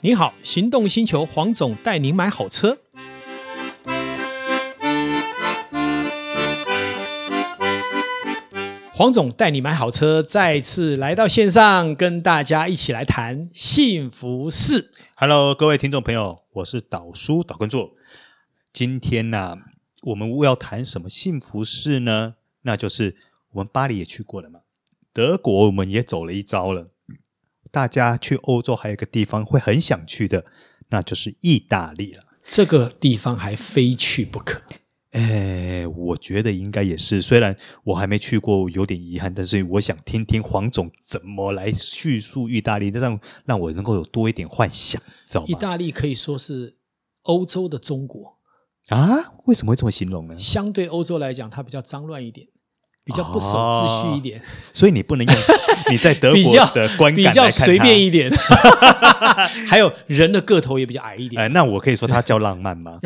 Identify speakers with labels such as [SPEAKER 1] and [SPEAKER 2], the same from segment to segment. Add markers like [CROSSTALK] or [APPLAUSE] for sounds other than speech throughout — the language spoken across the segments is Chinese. [SPEAKER 1] 你好，行动星球黄总带您买好车。黄总带你买好车，再次来到线上，跟大家一起来谈幸福事。
[SPEAKER 2] Hello，各位听众朋友，我是导叔导根座。今天呢、我们要谈什么幸福事呢？那就是我们巴黎也去过了嘛，德国我们也走了一遭了。大家去欧洲还有一个地方会很想去的，那就是意大利了。
[SPEAKER 1] 这个地方还非去不可。
[SPEAKER 2] 哎，我觉得应该也是，虽然我还没去过，有点遗憾，但是我想听听黄总怎么来叙述意大利，这样让我能够有多一点幻想，知道吗？
[SPEAKER 1] 意大利可以说是欧洲的中国，
[SPEAKER 2] 啊，为什么会这么形容呢？
[SPEAKER 1] 相对欧洲来讲，它比较脏乱一点，比较不守秩序一点，
[SPEAKER 2] 所以你
[SPEAKER 1] [LAUGHS]
[SPEAKER 2] 不能用你在德
[SPEAKER 1] 比
[SPEAKER 2] 国
[SPEAKER 1] 较
[SPEAKER 2] 的观
[SPEAKER 1] 比
[SPEAKER 2] 感
[SPEAKER 1] 较
[SPEAKER 2] 来看
[SPEAKER 1] 随
[SPEAKER 2] 它
[SPEAKER 1] 便一 [LAUGHS] 点，还有人的个头也比较矮一点。
[SPEAKER 2] 哎，那我可以说它叫浪
[SPEAKER 1] [LAUGHS]
[SPEAKER 2] 漫吗？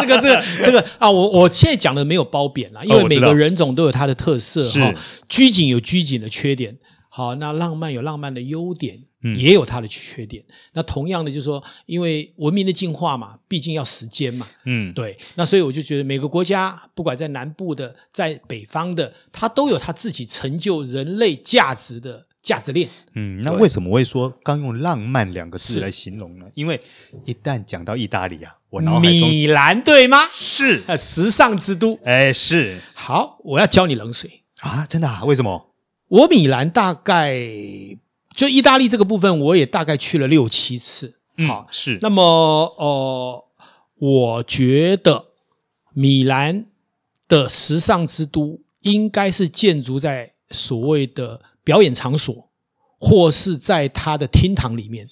[SPEAKER 1] 这个这个这个啊，我我现在讲的没有褒贬啦，因为
[SPEAKER 2] 哦我知
[SPEAKER 1] 每
[SPEAKER 2] 道
[SPEAKER 1] 个人种都有它的特色
[SPEAKER 2] 是
[SPEAKER 1] 哈、拘谨有拘谨的缺点，好，那浪漫有浪漫的优点，
[SPEAKER 2] 嗯
[SPEAKER 1] 也有它的缺点。那同样的就是说，因为文明的进化嘛，毕竟要时间嘛，
[SPEAKER 2] 嗯，
[SPEAKER 1] 对。那所以我就觉得每个国家，不管在南部的，在北方的，它都有它自己成就人类价值的价值链。
[SPEAKER 2] 嗯，那
[SPEAKER 1] 对
[SPEAKER 2] 为什么会说刚用浪漫两个
[SPEAKER 1] 是
[SPEAKER 2] 字来形容呢？因为一旦讲到意大利啊，我脑海中
[SPEAKER 1] 米兰对吗？
[SPEAKER 2] 是，
[SPEAKER 1] 呃，时尚之都。
[SPEAKER 2] 哎，是
[SPEAKER 1] 好，我要浇你冷水。
[SPEAKER 2] 啊，真的啊？为什么？
[SPEAKER 1] 我米兰大概就意大利这个部分，我也大概去了六七次。好，，
[SPEAKER 2] 嗯是，
[SPEAKER 1] 那么呃，我觉得米兰的时尚之都应该是建筑在所谓的表演场所，或是在它的厅堂里面。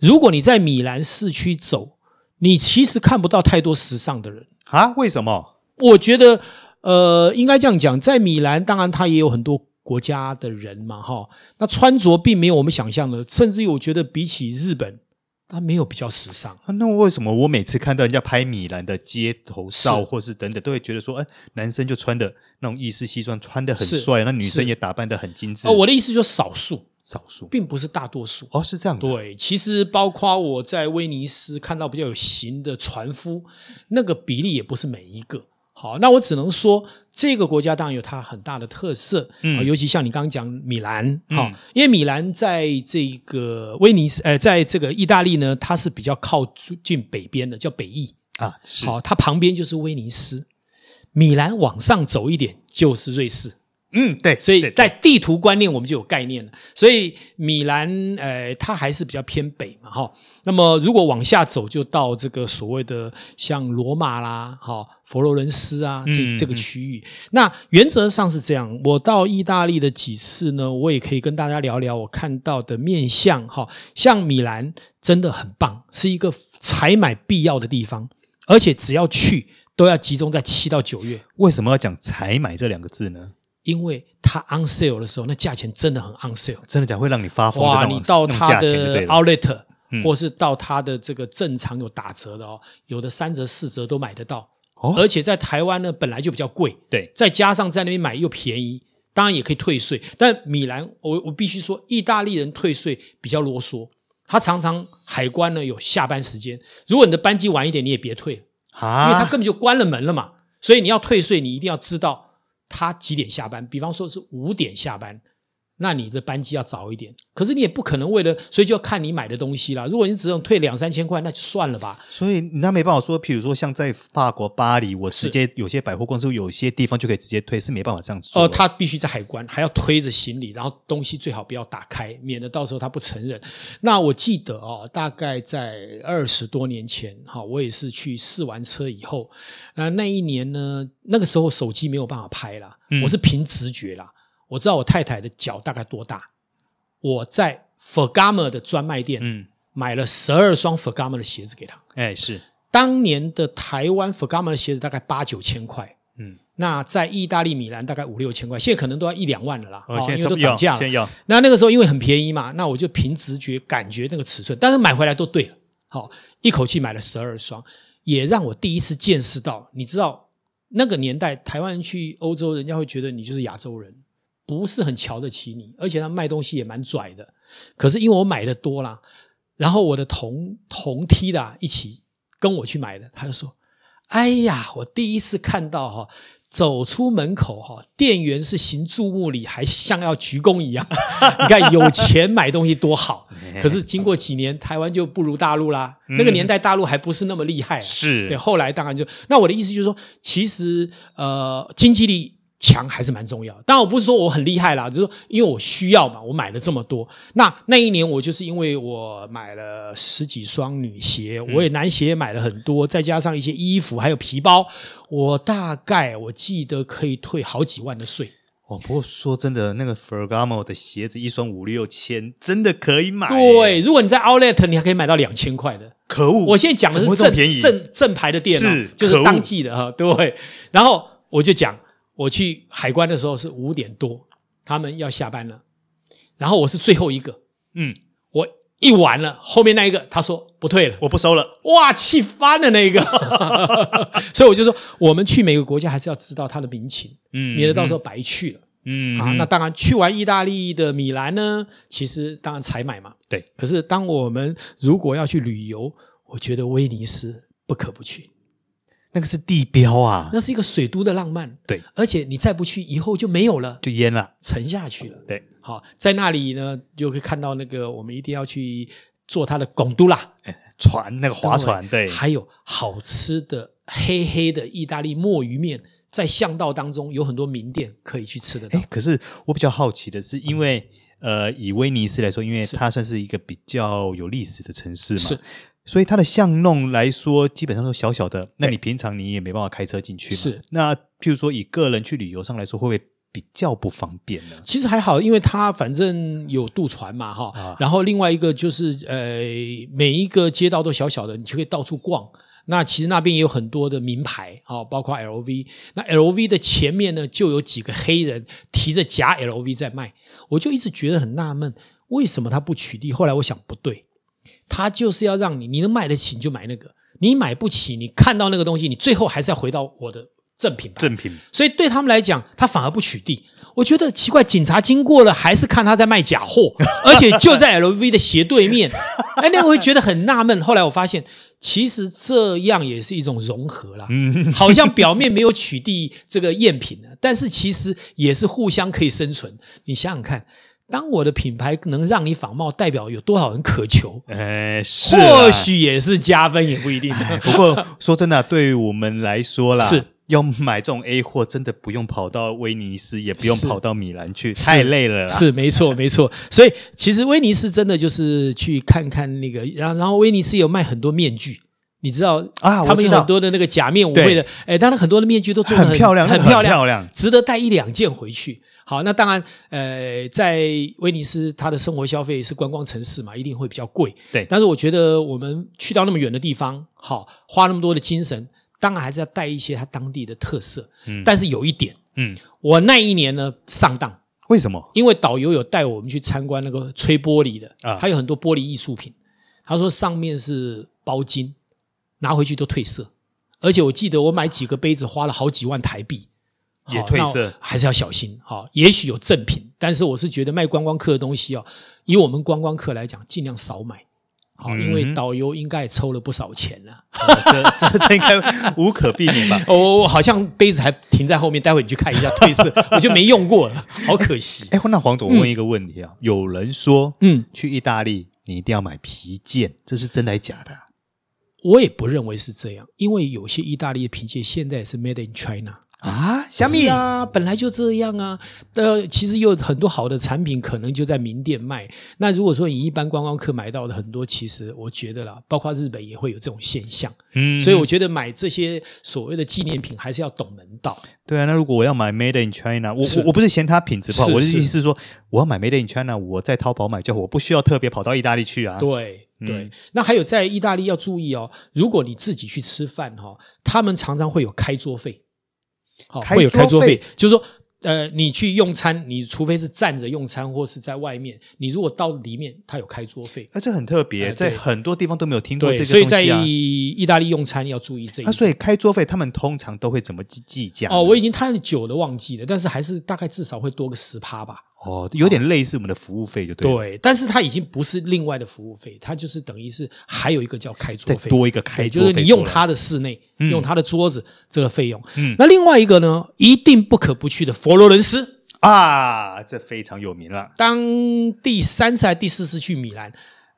[SPEAKER 1] 如果你在米兰市区走，你其实看不到太多时尚的人。
[SPEAKER 2] 啊，为什么？
[SPEAKER 1] 我觉得，呃，应该这样讲，在米兰，当然他也有很多国家的人嘛，哈。那穿着并没有我们想象的，甚至于我觉得比起日本，它没有比较时尚。
[SPEAKER 2] 啊那为什么我每次看到人家拍米兰的街头照，
[SPEAKER 1] 是
[SPEAKER 2] 或是等等，都会觉得说，哎，男生就穿的那种意式西装，穿的很
[SPEAKER 1] 是
[SPEAKER 2] 帅，那女
[SPEAKER 1] 是
[SPEAKER 2] 生也打扮的很精致。
[SPEAKER 1] 呃，我的意思就是少数，
[SPEAKER 2] 少数
[SPEAKER 1] 并不是大多数。
[SPEAKER 2] 哦，是这样子啊，
[SPEAKER 1] 对，其实包括我在威尼斯看到比较有型的船夫，那个比例也不是每一个。好，那我只能说这个国家当然有它很大的特色，
[SPEAKER 2] 嗯
[SPEAKER 1] 啊尤其像你刚刚讲米兰，哈、因为米兰在这个威尼斯，呃，在这个意大利呢，它是比较靠近北边的，叫北翼。
[SPEAKER 2] 啊，是
[SPEAKER 1] 好，它旁边就是威尼斯，米兰往上走一点就是瑞士。
[SPEAKER 2] 嗯，对，
[SPEAKER 1] 所以
[SPEAKER 2] 对
[SPEAKER 1] 在地图观念我们就有概念了。所以米兰，呃，它还是比较偏北嘛，哈。那么如果往下走，就到这个所谓的像罗马啦，哈，佛罗伦斯啊，这
[SPEAKER 2] 嗯
[SPEAKER 1] 这个
[SPEAKER 2] 嗯
[SPEAKER 1] 区域。那原则上是这样。我到意大利的几次呢，我也可以跟大家聊聊我看到的面相，哈。像米兰真的很棒，是一个采买必要的地方，而且只要去都要集中在七到九月。
[SPEAKER 2] 为什么要讲“采买”这两个字呢？
[SPEAKER 1] 因为它 on sale 的时候，那价钱真的很 on sale。
[SPEAKER 2] 真的讲会让你发疯的
[SPEAKER 1] 哇，
[SPEAKER 2] 那种
[SPEAKER 1] 你到
[SPEAKER 2] 那种
[SPEAKER 1] 它
[SPEAKER 2] 价钱就对
[SPEAKER 1] 的
[SPEAKER 2] 了。
[SPEAKER 1] outlet，、
[SPEAKER 2] 嗯
[SPEAKER 1] 或是到它的这个正常有打折的哦，有的三折四折都买得到。
[SPEAKER 2] 哦
[SPEAKER 1] 而且在台湾呢，本来就比较贵，
[SPEAKER 2] 对，
[SPEAKER 1] 再加上在那边买又便宜，当然也可以退税。但米兰，我我必须说，意大利人退税比较啰嗦，他常常海关呢有下班时间，如果你的班机晚一点，你也别退了，因为
[SPEAKER 2] 啊，
[SPEAKER 1] 他根本就关了门了嘛。所以你要退税，你一定要知道他几点下班。比方说是五点下班，那你的班机要早一点。可是你也不可能为了，所以就要看你买的东西啦。如果你只能退两三千块，那就算了吧。
[SPEAKER 2] 所以那没办法说，譬如说像在法国巴黎，我直接有些百货公司有些地方就可以直接推，是没办法这样做。
[SPEAKER 1] 哦、他必须在海关，还要推着行李，然后东西最好不要打开，免得到时候他不承认。那我记得哦，大概在二十多年前，哈、我也是去试完车以后，那、那一年呢，那个时候手机没有办法拍啦，
[SPEAKER 2] 嗯
[SPEAKER 1] 我是凭直觉啦。我知道我太太的脚大概多大，我在 Ferragamo 的专卖店、
[SPEAKER 2] 嗯，
[SPEAKER 1] 买了十二双 Ferragamo 的鞋子给她。
[SPEAKER 2] 哎是，
[SPEAKER 1] 当年的台湾 Ferragamo 的鞋子大概八九千块，
[SPEAKER 2] 嗯，
[SPEAKER 1] 那在意大利米兰大概五六千块，现在可能都要一两万了啦，
[SPEAKER 2] 哦，
[SPEAKER 1] 哦
[SPEAKER 2] 现在
[SPEAKER 1] 因为
[SPEAKER 2] 差
[SPEAKER 1] 都
[SPEAKER 2] 不多要
[SPEAKER 1] 涨价
[SPEAKER 2] 现在
[SPEAKER 1] 了。
[SPEAKER 2] 要
[SPEAKER 1] 那那个时候因为很便宜嘛，那我就凭直觉感觉那个尺寸，但是买回来都对了，好、一口气买了十二双，也让我第一次见识到，你知道那个年代台湾人去欧洲，人家会觉得你就是亚洲人，不是很瞧得起你，而且他卖东西也蛮拽的。可是因为我买的多啦，然后我的同同梯的、啊、一起跟我去买的，他就说：“哎呀，我第一次看到哈、走出门口哈、店员是行注目礼，还像要鞠躬一样。 [LAUGHS] 你看有钱买东西多好。[LAUGHS]
[SPEAKER 2] 哎
[SPEAKER 1] 可是经过几年，台湾就不如大陆啦。那个年代大陆还不是那么厉害、啊，
[SPEAKER 2] 是
[SPEAKER 1] 对，后来当然就那我的意思就是说，其实呃，经济力强还是蛮重要的。当然我不是说我很厉害啦，就是说因为我需要嘛，我买了这么多。那那一年我就是因为我买了十几双女鞋，我也男鞋也买了很多，再加上一些衣服还有皮包，我大概我记得可以退好几万的税。
[SPEAKER 2] 哦，不过说真的，那个 Ferragamo 的鞋子一双五六千，真的可以买。
[SPEAKER 1] 对，，如果你在 Outlet，你还可以买到两千块的。
[SPEAKER 2] 可恶！
[SPEAKER 1] 我现在讲的
[SPEAKER 2] 怎么
[SPEAKER 1] 是
[SPEAKER 2] 会这么
[SPEAKER 1] 正
[SPEAKER 2] 便宜
[SPEAKER 1] 正正牌的店、哦，
[SPEAKER 2] 是
[SPEAKER 1] 就是
[SPEAKER 2] 可恶
[SPEAKER 1] 当季的哈，对。然后我就讲，我去海关的时候是五点多，他们要下班了，然后我是最后一个，
[SPEAKER 2] 嗯，
[SPEAKER 1] 我一完了，后面那一个他说不退了，
[SPEAKER 2] 我不收了。
[SPEAKER 1] 哇，气翻了那
[SPEAKER 2] [LAUGHS]
[SPEAKER 1] 一个，所以我就说，我们去每个国家还是要知道它的民情，
[SPEAKER 2] 嗯，
[SPEAKER 1] 免得到时候白去了。
[SPEAKER 2] 嗯，嗯
[SPEAKER 1] 啊，那当然，去完意大利的米兰呢，其实当然采买嘛。
[SPEAKER 2] 对。
[SPEAKER 1] 可是，当我们如果要去旅游，我觉得威尼斯不可不去，
[SPEAKER 2] 那个是地标啊，
[SPEAKER 1] 那是一个水都的浪漫。
[SPEAKER 2] 对，
[SPEAKER 1] 而且你再不去，以后就没有了，
[SPEAKER 2] 就淹了。
[SPEAKER 1] 沉下去了。
[SPEAKER 2] 对，
[SPEAKER 1] 好，在那里呢，就会看到那个我们一定要去做它的拱都啦，
[SPEAKER 2] 船那个划船，对，
[SPEAKER 1] 还有好吃的黑黑的意大利墨鱼面，在巷道当中有很多名店可以去吃得到
[SPEAKER 2] 哎。，可是我比较好奇的是，因为呃，以威尼斯来说，因为它算是一个比较有历史的城市嘛，
[SPEAKER 1] 是，
[SPEAKER 2] 所以它的巷弄来说，基本上都小小的。那
[SPEAKER 1] 对
[SPEAKER 2] 你平常你也没办法开车进去嘛，
[SPEAKER 1] 是。
[SPEAKER 2] 那譬如说，以个人去旅游上来说，会不会比较不方便呢？
[SPEAKER 1] 其实还好，因为它反正有渡船嘛，哈、
[SPEAKER 2] 啊
[SPEAKER 1] 然后另外一个就是，呃，每一个街道都小小的，你就可以到处逛。那其实那边也有很多的名牌，哦，包括 LV。那 LV 的前面呢，就有几个黑人提着假 LV 在卖，我就一直觉得很纳闷，为什么他不取缔？后来我想不对，他就是要让你，你能买得起你就买那个，你买不起，你看到那个东西，你最后还是要回到我的正品牌。
[SPEAKER 2] 正品
[SPEAKER 1] 所以对他们来讲，他反而不取缔。我觉得奇怪，警察经过了还是看他在卖假货， [LAUGHS] 而且就在 LV 的斜对面，哎，那我会觉得很纳闷。后来我发现，其实这样也是一种融合啦，嗯，好像表面没有取缔这个赝品呢，但是其实也是互相可以生存。你想想看，当我的品牌能让你仿冒，代表有多少人渴求？
[SPEAKER 2] 呃，是啊
[SPEAKER 1] 或许也是加分，也不一定。
[SPEAKER 2] 哎不过说真的啊、对于我们来说啦，
[SPEAKER 1] 是
[SPEAKER 2] 要买这种 A 货，真的不用跑到威尼斯，也不用
[SPEAKER 1] 是
[SPEAKER 2] 跑到米兰去，
[SPEAKER 1] 是
[SPEAKER 2] 太累了啦。，
[SPEAKER 1] 是没
[SPEAKER 2] [LAUGHS]
[SPEAKER 1] 错，没错。所以其实威尼斯真的就是去看看那个，然后然后威尼斯有卖很多面具。你知道
[SPEAKER 2] 啊我
[SPEAKER 1] 他们
[SPEAKER 2] 知
[SPEAKER 1] 有
[SPEAKER 2] 道
[SPEAKER 1] 很多的那个假面舞会的，哎，当然很多的面具都做的
[SPEAKER 2] 很漂亮
[SPEAKER 1] 很
[SPEAKER 2] 那个很
[SPEAKER 1] 漂亮，
[SPEAKER 2] 漂亮
[SPEAKER 1] 值得带一两件回去。好，那当然，呃，在威尼斯，它的生活消费是观光城市嘛，一定会比较贵。
[SPEAKER 2] 对
[SPEAKER 1] 但是我觉得我们去到那么远的地方，好，花那么多的精神，当然还是要带一些它当地的特色。嗯，但是有一点，
[SPEAKER 2] 嗯，
[SPEAKER 1] 我那一年呢上当，
[SPEAKER 2] 为什
[SPEAKER 1] [LAUGHS]
[SPEAKER 2] 么？
[SPEAKER 1] 因为导游有带我们去参观那个吹玻璃的，
[SPEAKER 2] 啊
[SPEAKER 1] 他有很多玻璃艺术品。他说上面是包金，拿回去都褪色，而且我记得我买几个杯子花了好几万台币，好
[SPEAKER 2] 也褪色，
[SPEAKER 1] 那还是要小心。好，也许有正品，但是我是觉得卖观光客的东西哦，以我们观光客来讲，尽量少买。好，因为
[SPEAKER 2] 嗯
[SPEAKER 1] 导游应该也抽了不少钱啊了。？
[SPEAKER 2] 这这这应该无可避免吧
[SPEAKER 1] 哦，我好像杯子还停在后面，待会你去看一下褪
[SPEAKER 2] [LAUGHS]
[SPEAKER 1] 色，我就没用过了，好可惜。
[SPEAKER 2] [LAUGHS] 哎，那黄总，我问一个问题啊，有人说，
[SPEAKER 1] 嗯，
[SPEAKER 2] 去意大利你一定要买皮件，这是真的还是假的啊？
[SPEAKER 1] 我也不认为是这样，因为有些意大利的皮件现在也是 made in China。
[SPEAKER 2] 啊，虾米
[SPEAKER 1] 是？啊，本来就这样啊。呃，其实有很多好的产品可能就在名店卖。那如果说你一般观光客买到的很多，其实我觉得啦，包括日本也会有这种现象。
[SPEAKER 2] 嗯
[SPEAKER 1] 所以我觉得买这些所谓的纪念品还是要懂门道。
[SPEAKER 2] 对啊，那如果我要买 Made in China，我
[SPEAKER 1] 是
[SPEAKER 2] 我我不是嫌它品质不好，
[SPEAKER 1] 是
[SPEAKER 2] 我的意
[SPEAKER 1] 是
[SPEAKER 2] 思是说，我要买 Made in China，我在淘宝买就好，我不需要特别跑到意大利去啊。
[SPEAKER 1] 对对、
[SPEAKER 2] 嗯
[SPEAKER 1] 那还有在意大利要注意哦，如果你自己去吃饭哈、哦，他们常常会有开桌费，好、
[SPEAKER 2] 开
[SPEAKER 1] 会有开
[SPEAKER 2] 桌
[SPEAKER 1] 桌
[SPEAKER 2] 费
[SPEAKER 1] 费，就是说。呃，你去用餐，你除非是站着用餐，或是在外面。你如果到里面，它有开桌费。
[SPEAKER 2] 啊，这很特别，
[SPEAKER 1] 哎
[SPEAKER 2] 在
[SPEAKER 1] 对
[SPEAKER 2] 很多地方都没有听过
[SPEAKER 1] 对，
[SPEAKER 2] 这个
[SPEAKER 1] 所以在
[SPEAKER 2] 东西
[SPEAKER 1] 意大利用餐要注意这一点。
[SPEAKER 2] 啊。啊，
[SPEAKER 1] 哦
[SPEAKER 2] 所以开桌费他们通常都会怎么计计价呢？
[SPEAKER 1] 哦，我已经太久了忘记了，但是还是大概至少会多个十趴吧。
[SPEAKER 2] 哦，有点类似我们的服务费，就对了，
[SPEAKER 1] 对，但是它已经不是另外的服务费，它就是等于是还有一个叫开桌
[SPEAKER 2] 再
[SPEAKER 1] 费，
[SPEAKER 2] 多一个开
[SPEAKER 1] 对，
[SPEAKER 2] 桌
[SPEAKER 1] 就是
[SPEAKER 2] 费
[SPEAKER 1] 你
[SPEAKER 2] 出
[SPEAKER 1] 用
[SPEAKER 2] 来
[SPEAKER 1] 他的室内，
[SPEAKER 2] 嗯
[SPEAKER 1] 用他的桌子这个费用。
[SPEAKER 2] 嗯
[SPEAKER 1] 那另外一个呢，一定不可不去的佛罗伦斯，
[SPEAKER 2] 啊，这非常有名了。
[SPEAKER 1] 当第三次还第四次去米兰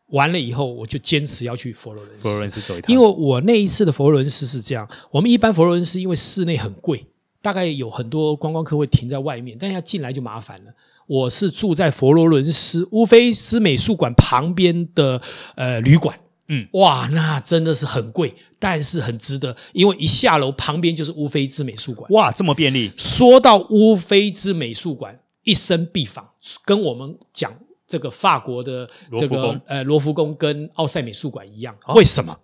[SPEAKER 1] 玩了以后，我就坚持要去佛罗伦
[SPEAKER 2] 佛罗
[SPEAKER 1] 斯，
[SPEAKER 2] 伦斯走一趟，
[SPEAKER 1] 因为我那一次的佛罗伦斯是这样，我们一般佛罗伦斯因为室内很贵，大概有很多观光客会停在外面，但要进来就麻烦了。我是住在佛罗伦斯乌菲兹美术馆旁边的呃旅馆，
[SPEAKER 2] 嗯，
[SPEAKER 1] 哇，那真的是很贵，但是很值得，因为一下楼旁边就是乌菲兹美术馆。
[SPEAKER 2] 哇，这么便利，
[SPEAKER 1] 说到乌菲兹美术馆，一生必访，跟我们讲这个法国的
[SPEAKER 2] 罗浮
[SPEAKER 1] 这
[SPEAKER 2] 宫哦
[SPEAKER 1] 个呃罗浮宫跟奥赛美术馆一样，为什么？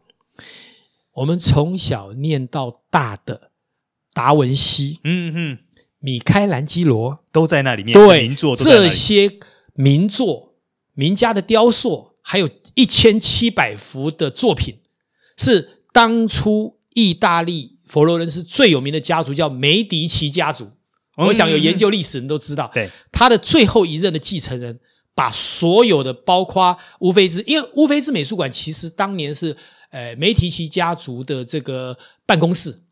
[SPEAKER 1] 我们从小念到大的达文西、
[SPEAKER 2] 嗯嗯，
[SPEAKER 1] 米开朗基罗，
[SPEAKER 2] 都在那里面，
[SPEAKER 1] 对
[SPEAKER 2] 名作都在那
[SPEAKER 1] 这
[SPEAKER 2] 里，
[SPEAKER 1] 些名作、名家的雕塑，还有一千七百幅的作品，是当初意大利佛罗伦斯最有名的家族叫梅迪奇家族。我想有研究历史人都知道，
[SPEAKER 2] 嗯对，
[SPEAKER 1] 他的最后一任的继承人把所有的，包括乌菲兹，因为乌菲兹美术馆其实当年是呃梅提奇家族的这个办公室，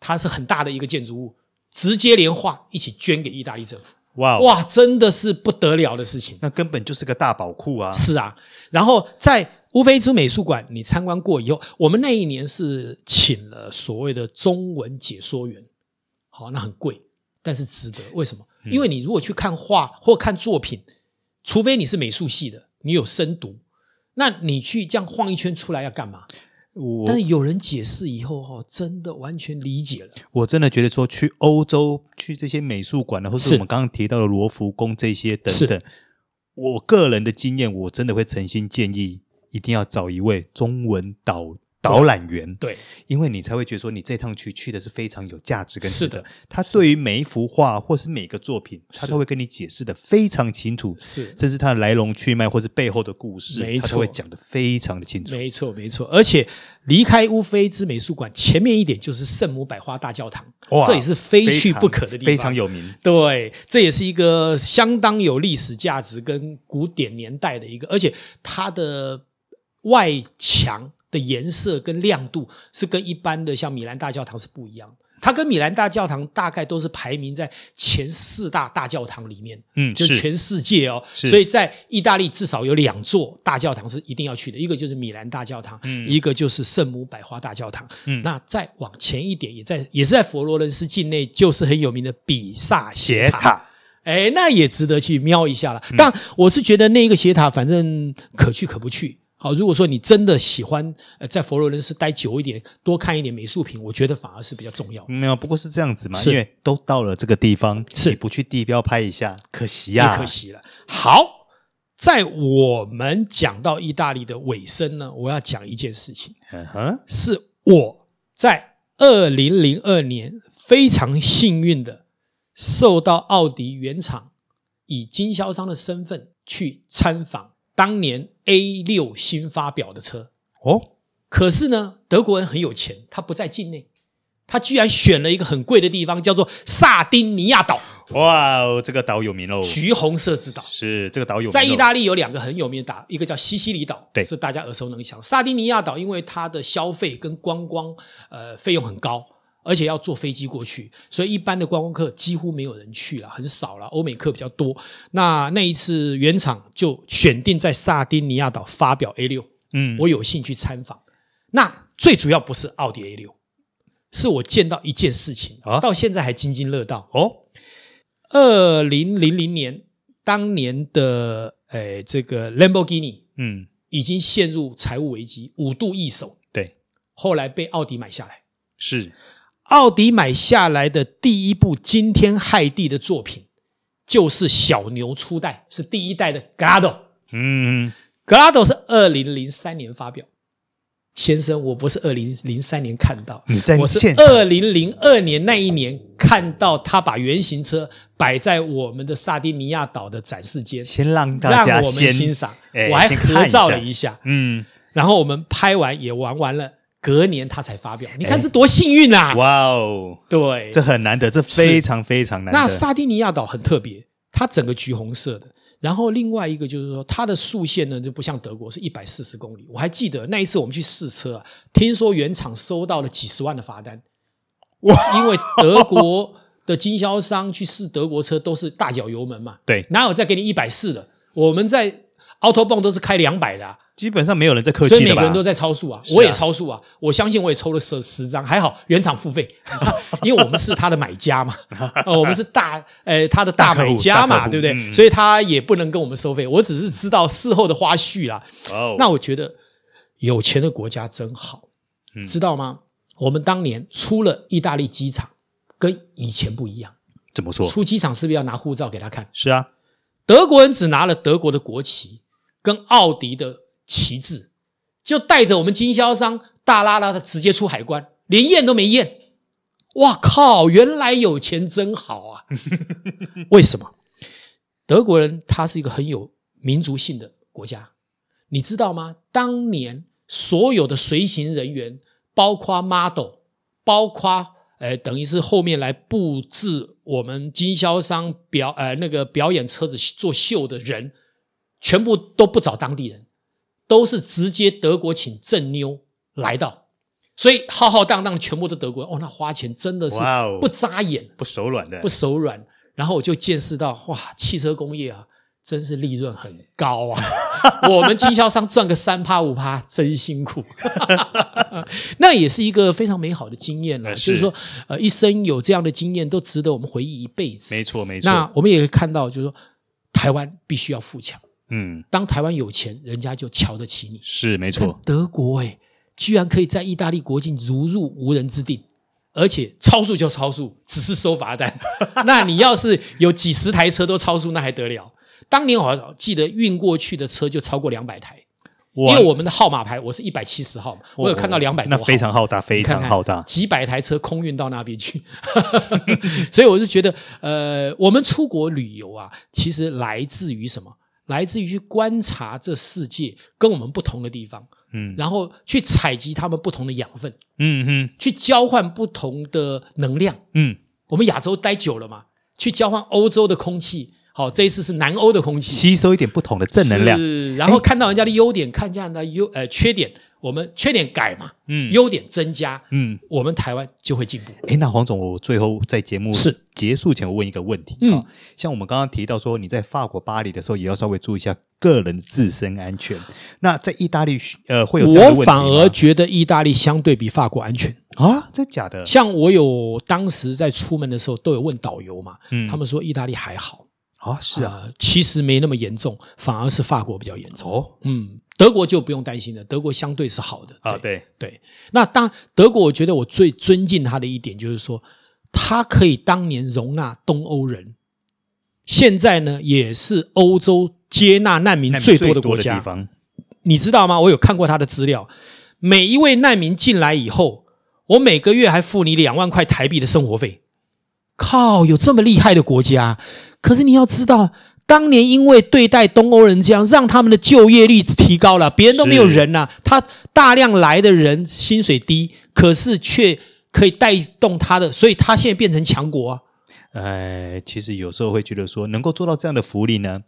[SPEAKER 1] 它是很大的一个建筑物，直接连画一起捐给意大利政府，
[SPEAKER 2] 哇哦，
[SPEAKER 1] 哇，真的是不得了的事情。
[SPEAKER 2] 那根本就是个大宝库啊！
[SPEAKER 1] 是啊，然后在乌菲兹美术馆你参观过以后，我们那一年是请了所谓的中文解说员，好，那很贵，但是值得。为什么？
[SPEAKER 2] 嗯
[SPEAKER 1] 因为你如果去看画或看作品，除非你是美术系的，你有深读，那你去这样晃一圈出来要干嘛？
[SPEAKER 2] 我
[SPEAKER 1] 但是有人解释以后，哦，真的完全理解了。
[SPEAKER 2] 我真的觉得说去欧洲去这些美术馆啊，或是
[SPEAKER 1] 是
[SPEAKER 2] 我们刚刚提到的罗浮宫这些等
[SPEAKER 1] 是
[SPEAKER 2] 等，我个人的经验，我真的会诚心建议，一定要找一位中文导导览员，
[SPEAKER 1] 对，
[SPEAKER 2] 因为你才会觉得说你这趟去去的是非常有价值跟
[SPEAKER 1] 是
[SPEAKER 2] 值得
[SPEAKER 1] 的，
[SPEAKER 2] 他对于每一幅画或是每个作品，他
[SPEAKER 1] 是
[SPEAKER 2] 都会跟你解释的非常清楚，
[SPEAKER 1] 是
[SPEAKER 2] 甚至它的来龙去脉或是背后的故事，
[SPEAKER 1] 没
[SPEAKER 2] 他都
[SPEAKER 1] 错
[SPEAKER 2] 会讲的非常的清楚。
[SPEAKER 1] 没错，没错。而且离开乌菲兹美术馆前面一点就是圣母百花大教堂
[SPEAKER 2] 哇，
[SPEAKER 1] 这也是非去
[SPEAKER 2] 常
[SPEAKER 1] 不可的地方，
[SPEAKER 2] 非常有名。
[SPEAKER 1] 对，这也是一个相当有历史价值跟古典年代的一个，而且它的外墙的颜色跟亮度是跟一般的像米兰大教堂是不一样的。它跟米兰大教堂大概都是排名在前四大大教堂里面，
[SPEAKER 2] 嗯
[SPEAKER 1] 就是全世界哦。
[SPEAKER 2] 是
[SPEAKER 1] 所以在意大利至少有两座大教堂是一定要去的，一个就是米兰大教堂，一个就是圣母百花大教堂。
[SPEAKER 2] 嗯
[SPEAKER 1] 那再往前一点，也在也是在佛罗伦斯境内，就是很有名的比萨
[SPEAKER 2] 斜
[SPEAKER 1] 斜塔。
[SPEAKER 2] 塔，
[SPEAKER 1] 哎，那也值得去瞄一下了。但我是觉得那一个斜塔，反正可去可不去。好，如果说你真的喜欢呃在佛罗伦斯待久一点，多看一点美术品，我觉得反而是比较重要的。
[SPEAKER 2] 没有，不过是这样子嘛，
[SPEAKER 1] 是
[SPEAKER 2] 因为都到了这个地方，
[SPEAKER 1] 是
[SPEAKER 2] 你不去地标拍一下，可惜啊
[SPEAKER 1] 也
[SPEAKER 2] 呀、
[SPEAKER 1] 可惜了。好，在我们讲到意大利的尾声呢，我要讲一件事情，
[SPEAKER 2] 嗯哼，
[SPEAKER 1] 是我在二零零二年非常幸运的受到奥迪原厂以经销商的身份去参访当年 A 六新发表的车。
[SPEAKER 2] 哦，
[SPEAKER 1] 可是呢，德国人很有钱，他不在境内，他居然选了一个很贵的地方，叫做萨丁尼亚岛，
[SPEAKER 2] 哇哦，这个岛有名喽，
[SPEAKER 1] 橘红色之岛。
[SPEAKER 2] 是这个岛有名，哦
[SPEAKER 1] 在意，大利有两个很有名的岛，一个叫西西里岛，
[SPEAKER 2] 对
[SPEAKER 1] 是大家耳熟能详。萨丁尼亚岛因为它的消费跟观光呃费用很高，而且要坐飞机过去，所以一般的观光客几乎没有人去了，很少了，欧美客比较多。那那一次原厂就选定在萨丁尼亚岛发表 A 六，
[SPEAKER 2] 嗯，
[SPEAKER 1] 我有幸去参访。那最主要不是奥迪 A 六，是我见到一件事情，
[SPEAKER 2] 啊
[SPEAKER 1] 到现在还津津乐道。
[SPEAKER 2] 哦，
[SPEAKER 1] 二零零零年，当年的诶这个 Lamborghini
[SPEAKER 2] 嗯，
[SPEAKER 1] 已经陷入财务危机，五度易手，
[SPEAKER 2] 对，
[SPEAKER 1] 后来被奥迪买下来。
[SPEAKER 2] 是
[SPEAKER 1] 奥迪买下来的第一部惊天骇地的作品，就是小牛初代，是第一代的 Gallardo。
[SPEAKER 2] 嗯，
[SPEAKER 1] Gallardo 是二零零三年发表。先生，我不是二零零三年看到，
[SPEAKER 2] 嗯你在
[SPEAKER 1] 我是
[SPEAKER 2] 现场
[SPEAKER 1] 二零零二年那一年看到他把原型车摆在我们的萨丁尼亚岛的展示间，
[SPEAKER 2] 先让大
[SPEAKER 1] 让
[SPEAKER 2] 家
[SPEAKER 1] 我们
[SPEAKER 2] 先
[SPEAKER 1] 欣，赏。
[SPEAKER 2] 哎
[SPEAKER 1] 我还
[SPEAKER 2] 先看
[SPEAKER 1] 合
[SPEAKER 2] 一
[SPEAKER 1] 照
[SPEAKER 2] 下
[SPEAKER 1] 了一下，
[SPEAKER 2] 嗯，
[SPEAKER 1] 然后我们拍完也玩完了，隔年他才发表。你看这多幸运啊！
[SPEAKER 2] 哎哇哦，
[SPEAKER 1] 对
[SPEAKER 2] 这，很难得，这非常非常难得，
[SPEAKER 1] 那萨丁尼亚岛很特别，它整个橘红色的。然后另外一个就是说，它的速限呢就不像德国是一百四十公里。我还记得那一次我们去试车啊，听说原厂收到了几十万的罚单，哇！因为德国的经销商去试德国车都是大脚油门嘛，
[SPEAKER 2] 对，
[SPEAKER 1] 哪有再给你一百四的？我们在 Autobahn 都是开两百的、啊，
[SPEAKER 2] 基本上没有人在客
[SPEAKER 1] 所以
[SPEAKER 2] 气
[SPEAKER 1] 每
[SPEAKER 2] 的
[SPEAKER 1] 个人
[SPEAKER 2] 吧
[SPEAKER 1] 都？在超速啊，
[SPEAKER 2] 是啊
[SPEAKER 1] 我也超速啊，我相信我也抽了十十张，还好原厂付
[SPEAKER 2] [LAUGHS]
[SPEAKER 1] 费，因为我们是他的买家嘛，呃我们是大呃他的大
[SPEAKER 2] 大客户
[SPEAKER 1] 买家
[SPEAKER 2] 大客
[SPEAKER 1] 嘛，
[SPEAKER 2] 户
[SPEAKER 1] 对不对？
[SPEAKER 2] 嗯
[SPEAKER 1] 所以他也不能跟我们收费，我只是知道事后的花絮啦。
[SPEAKER 2] 哦
[SPEAKER 1] 那我觉得有钱的国家真好，
[SPEAKER 2] 嗯
[SPEAKER 1] 知道吗？我们当年出了意大利机场，跟以前不一样，
[SPEAKER 2] 怎么说？
[SPEAKER 1] 出机场是不是要拿护照给他看？
[SPEAKER 2] 是啊，
[SPEAKER 1] 德国人只拿了德国的国旗跟奥迪的旗帜，就带着我们经销商大拉拉的直接出海关，连验都没验。哇靠！原来有钱真好啊！ [LAUGHS] 为什么？德国人他是一个很有民族性的国家，你知道吗？当年所有的随行人员，包括 model，包括呃，等于是后面来布置我们经销商表呃那个表演车子做秀的人，全部都不找当地人，都是直接德国请正妞来到，所以浩浩荡荡全部都德国人。哦，那花钱真的是
[SPEAKER 2] 哇哦
[SPEAKER 1] 不眨眼。
[SPEAKER 2] 不手软的
[SPEAKER 1] 不，手软，然后我就见识到哇，汽车工业啊，真是利润很高
[SPEAKER 2] [LAUGHS]
[SPEAKER 1] 啊！我们经销商赚个三趴五趴，真辛苦。 [LAUGHS] 那也是一个非常美好的经验了、
[SPEAKER 2] 呃
[SPEAKER 1] 就是是说，呃，一生有这样的经验，都值得我们回忆一辈子。
[SPEAKER 2] 没错没错
[SPEAKER 1] 那，我们也可以看到，就是说，台湾必须要富强。
[SPEAKER 2] 嗯，
[SPEAKER 1] 当台湾有钱，人家就瞧得起你。
[SPEAKER 2] 是没
[SPEAKER 1] 看
[SPEAKER 2] 错，
[SPEAKER 1] 德国、哎，居然可以在意大利国境如入无人之地，而且超速就超速，只是收罚
[SPEAKER 2] [LAUGHS]
[SPEAKER 1] 单。那你要是有几十台车都超速，那还得了？当年我好像记得运过去的车就超过两百台，因
[SPEAKER 2] 哇
[SPEAKER 1] 为我们的号码牌我是一百七十号嘛，我有看到两百多
[SPEAKER 2] 那
[SPEAKER 1] 号
[SPEAKER 2] 非常浩大，非
[SPEAKER 1] 你看
[SPEAKER 2] 常
[SPEAKER 1] 看
[SPEAKER 2] 浩大，
[SPEAKER 1] 几百台车空运到那边去， [LAUGHS] 所以我就觉得，呃，我们出国旅游啊，其实来自于什么？来自于去观察这世界跟我们不同的地方，
[SPEAKER 2] 嗯
[SPEAKER 1] 然后去采集他们不同的养分，
[SPEAKER 2] 嗯嗯
[SPEAKER 1] 去交换不同的能量。
[SPEAKER 2] 嗯，
[SPEAKER 1] 我们亚洲待久了嘛，去交换欧洲的空气，好、这一次是南欧的空气，
[SPEAKER 2] 吸收一点不同的正能量，
[SPEAKER 1] 是，然后看到人家的优点，看见人家的优呃缺点，我们缺点改嘛，
[SPEAKER 2] 嗯
[SPEAKER 1] 优点增加，
[SPEAKER 2] 嗯，
[SPEAKER 1] 我们台湾就会进步。
[SPEAKER 2] 哎，那黄总，我最后在节目
[SPEAKER 1] 是
[SPEAKER 2] 结束前，我问一个问题啊、
[SPEAKER 1] 嗯
[SPEAKER 2] 像我们刚刚提到说，你在法国巴黎的时候，也要稍微注意一下个人自身安全。那在意大利，呃，会有这样的
[SPEAKER 1] 我
[SPEAKER 2] 问题
[SPEAKER 1] 反
[SPEAKER 2] 吗
[SPEAKER 1] 而觉得意大利相对比法国安全。
[SPEAKER 2] 啊，真假的？
[SPEAKER 1] 像我有当时在出门的时候都有问导游嘛，
[SPEAKER 2] 嗯
[SPEAKER 1] 他们说意大利还好，
[SPEAKER 2] 啊，是啊，
[SPEAKER 1] 呃其实没那么严重，反而是法国比较严重。
[SPEAKER 2] 哦
[SPEAKER 1] 嗯，德国就不用担心了，德国相对是好的。
[SPEAKER 2] 啊，对，
[SPEAKER 1] 对，那当德国，我觉得我最尊敬他的一点就是说，他可以当年容纳东欧人，现在呢也是欧洲接纳难民
[SPEAKER 2] 那
[SPEAKER 1] 最多
[SPEAKER 2] 多
[SPEAKER 1] 的国
[SPEAKER 2] 地
[SPEAKER 1] 家。
[SPEAKER 2] 方，
[SPEAKER 1] 你知道吗？我有看过他的资料，每一位难民进来以后，我每个月还付你两万块台币的生活费。靠，有这么厉害的国家？可是你要知道，当年因为对待东欧人这样，让他们的就业率提高了，别人都没有人呐、他大量来的人薪水低，可是却可以带动他的，所以他现在变成强国啊。
[SPEAKER 2] 呃，其实有时候会觉得说，能够做到这样的福利呢，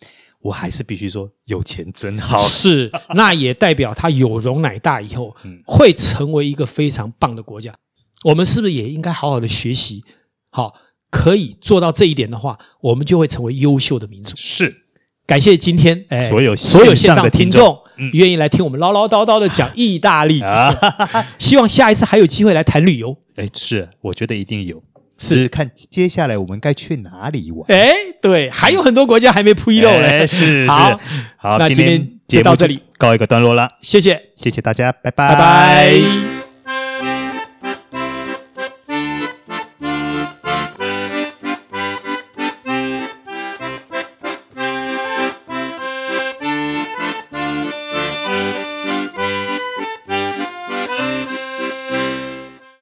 [SPEAKER 2] 我还是必须说，有钱真好。
[SPEAKER 1] 是，那也代表他有容乃大以后
[SPEAKER 2] 嗯，
[SPEAKER 1] 会成为一个非常棒的国家。我们是不是也应该好好的学习？好，可以做到这一点的话，我们就会成为优秀的民族。
[SPEAKER 2] [LAUGHS] 是，
[SPEAKER 1] 感谢今天哎
[SPEAKER 2] 所有
[SPEAKER 1] 所有线
[SPEAKER 2] 线上
[SPEAKER 1] 上
[SPEAKER 2] 的
[SPEAKER 1] 听
[SPEAKER 2] 听
[SPEAKER 1] 众
[SPEAKER 2] 众嗯
[SPEAKER 1] 愿意来听我们唠唠叨叨的讲意大利
[SPEAKER 2] 啊， [LAUGHS]
[SPEAKER 1] 希望下一次还有机会来谈旅游。
[SPEAKER 2] 哎，是，我觉得一定有，
[SPEAKER 1] 是
[SPEAKER 2] 只看接下来我们该去哪里玩。
[SPEAKER 1] 哎，对，还有很多国家还没披露嘞
[SPEAKER 2] 哎。是
[SPEAKER 1] 好
[SPEAKER 2] 是，好，
[SPEAKER 1] 那今
[SPEAKER 2] 今
[SPEAKER 1] 天
[SPEAKER 2] 天
[SPEAKER 1] 就
[SPEAKER 2] 节目
[SPEAKER 1] 到这里，
[SPEAKER 2] 告一个段落啦，
[SPEAKER 1] 谢谢，
[SPEAKER 2] 谢谢大家，拜
[SPEAKER 1] 拜
[SPEAKER 2] 拜
[SPEAKER 1] 拜。